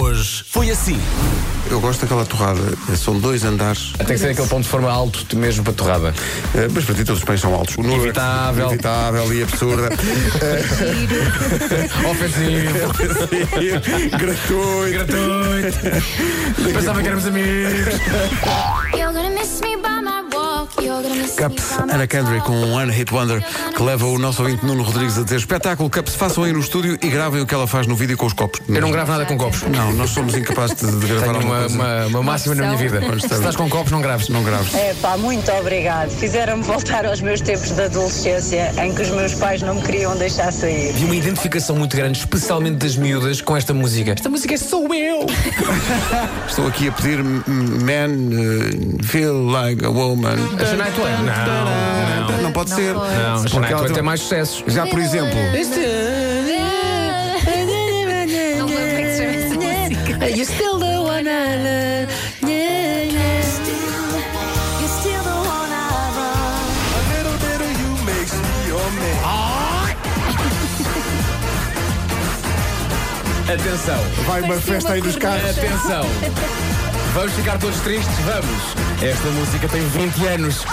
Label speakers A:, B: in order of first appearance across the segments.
A: Hoje foi assim.
B: Eu gosto daquela torrada. São dois andares.
C: Tem que ser aquele ponto de forma alto mesmo para torrada.
B: Eh, Mas para ti todos os pães são altos. O Nuno-
C: Evitável.
B: Evitável e absurda. Eh,
C: Ofensivo,
B: Gratuito.
C: gratuito. Pensava que éramos amigos.
D: You're gonna miss me by my walk. You're gonna miss me
B: Cups,
D: by my
B: Ana Kendrick
D: talk.
B: com um One Hit Wonder que leva o nosso ouvinte Nuno Rodrigues a dizer espetáculo Cups, façam aí no estúdio e gravem o que ela faz no vídeo com os copos.
C: Eu não gravo nada com copos.
B: Não, nós somos incapazes de, de gravar
C: Tenho
B: alguma
C: uma,
B: coisa.
C: uma- uma máxima na minha vida.
B: Pois,
C: Se
B: está
C: estás
B: bem.
C: com copos, não graves.
B: Não graves.
E: É pá, muito obrigado. Fizeram-me voltar aos meus tempos de adolescência em que os meus pais não me queriam deixar sair.
C: Vi uma identificação muito grande, especialmente das miúdas, com esta música. Esta música é sou eu!
B: Estou aqui a pedir mm, Man eh, Feel Like a Woman.
C: A Shania Twain? Não,
B: é Não, pode ser.
C: não. A Shania
B: Porque ela
C: Twain
B: tem-
C: tem mais sucessos.
B: Já por exemplo,
D: Não lembro como é que se chama essa música.
C: Atenção,
B: vai uma festa aí dos carros.
C: atenção! Vamos ficar todos tristes? Vamos! Esta música tem 20 anos.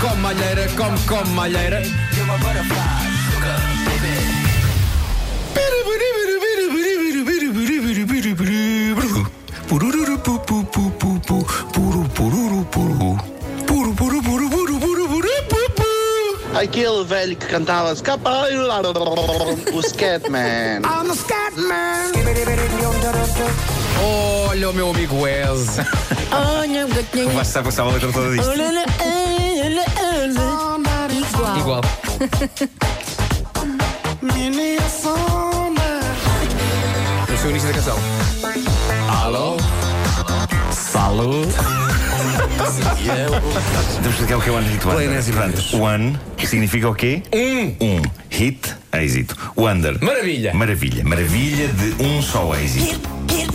C: Come malheira, come, come malheira.
F: Aquele velho que cantava os Catman.
C: Olha o meu amigo Wes.
A: Basta passar a letra toda disto.
D: Igual.
C: Igual. Eu sou o início da canção. Alô?
A: Salud. Temos que explicar o que é One Hit Wonder.
B: Plainés e
A: Portanto, One significa o quê? Um. Um. Hit, êxito. Wonder.
C: Maravilha.
A: Maravilha. Maravilha de um só êxito.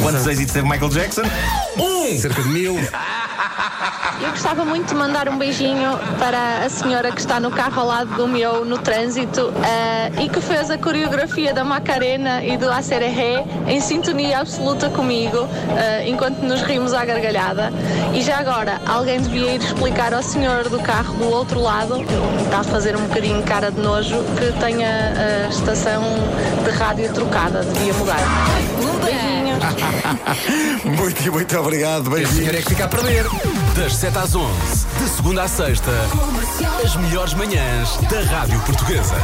A: Quantos êxitos teve Michael Jackson?
C: Um.
B: Cerca de mil.
G: Eu gostava muito de mandar um beijinho para a senhora que está no carro ao lado do meu no trânsito eh, e que fez a coreografia da Macarena e do Acereré em sintonia absoluta comigo eh, enquanto nos rimos à gargalhada. E já agora, alguém devia ir explicar ao senhor do carro do outro lado, que está a fazer um bocadinho cara de nojo, que tenha a estação de rádio trocada, devia mudar. Beijinhos.
B: Muito, muito obrigado.
C: Este
B: Beijinho.
C: senhor é que fica a perder.
H: Das 7 às 11, de segunda à sexta, as melhores manhãs da Rádio Portuguesa.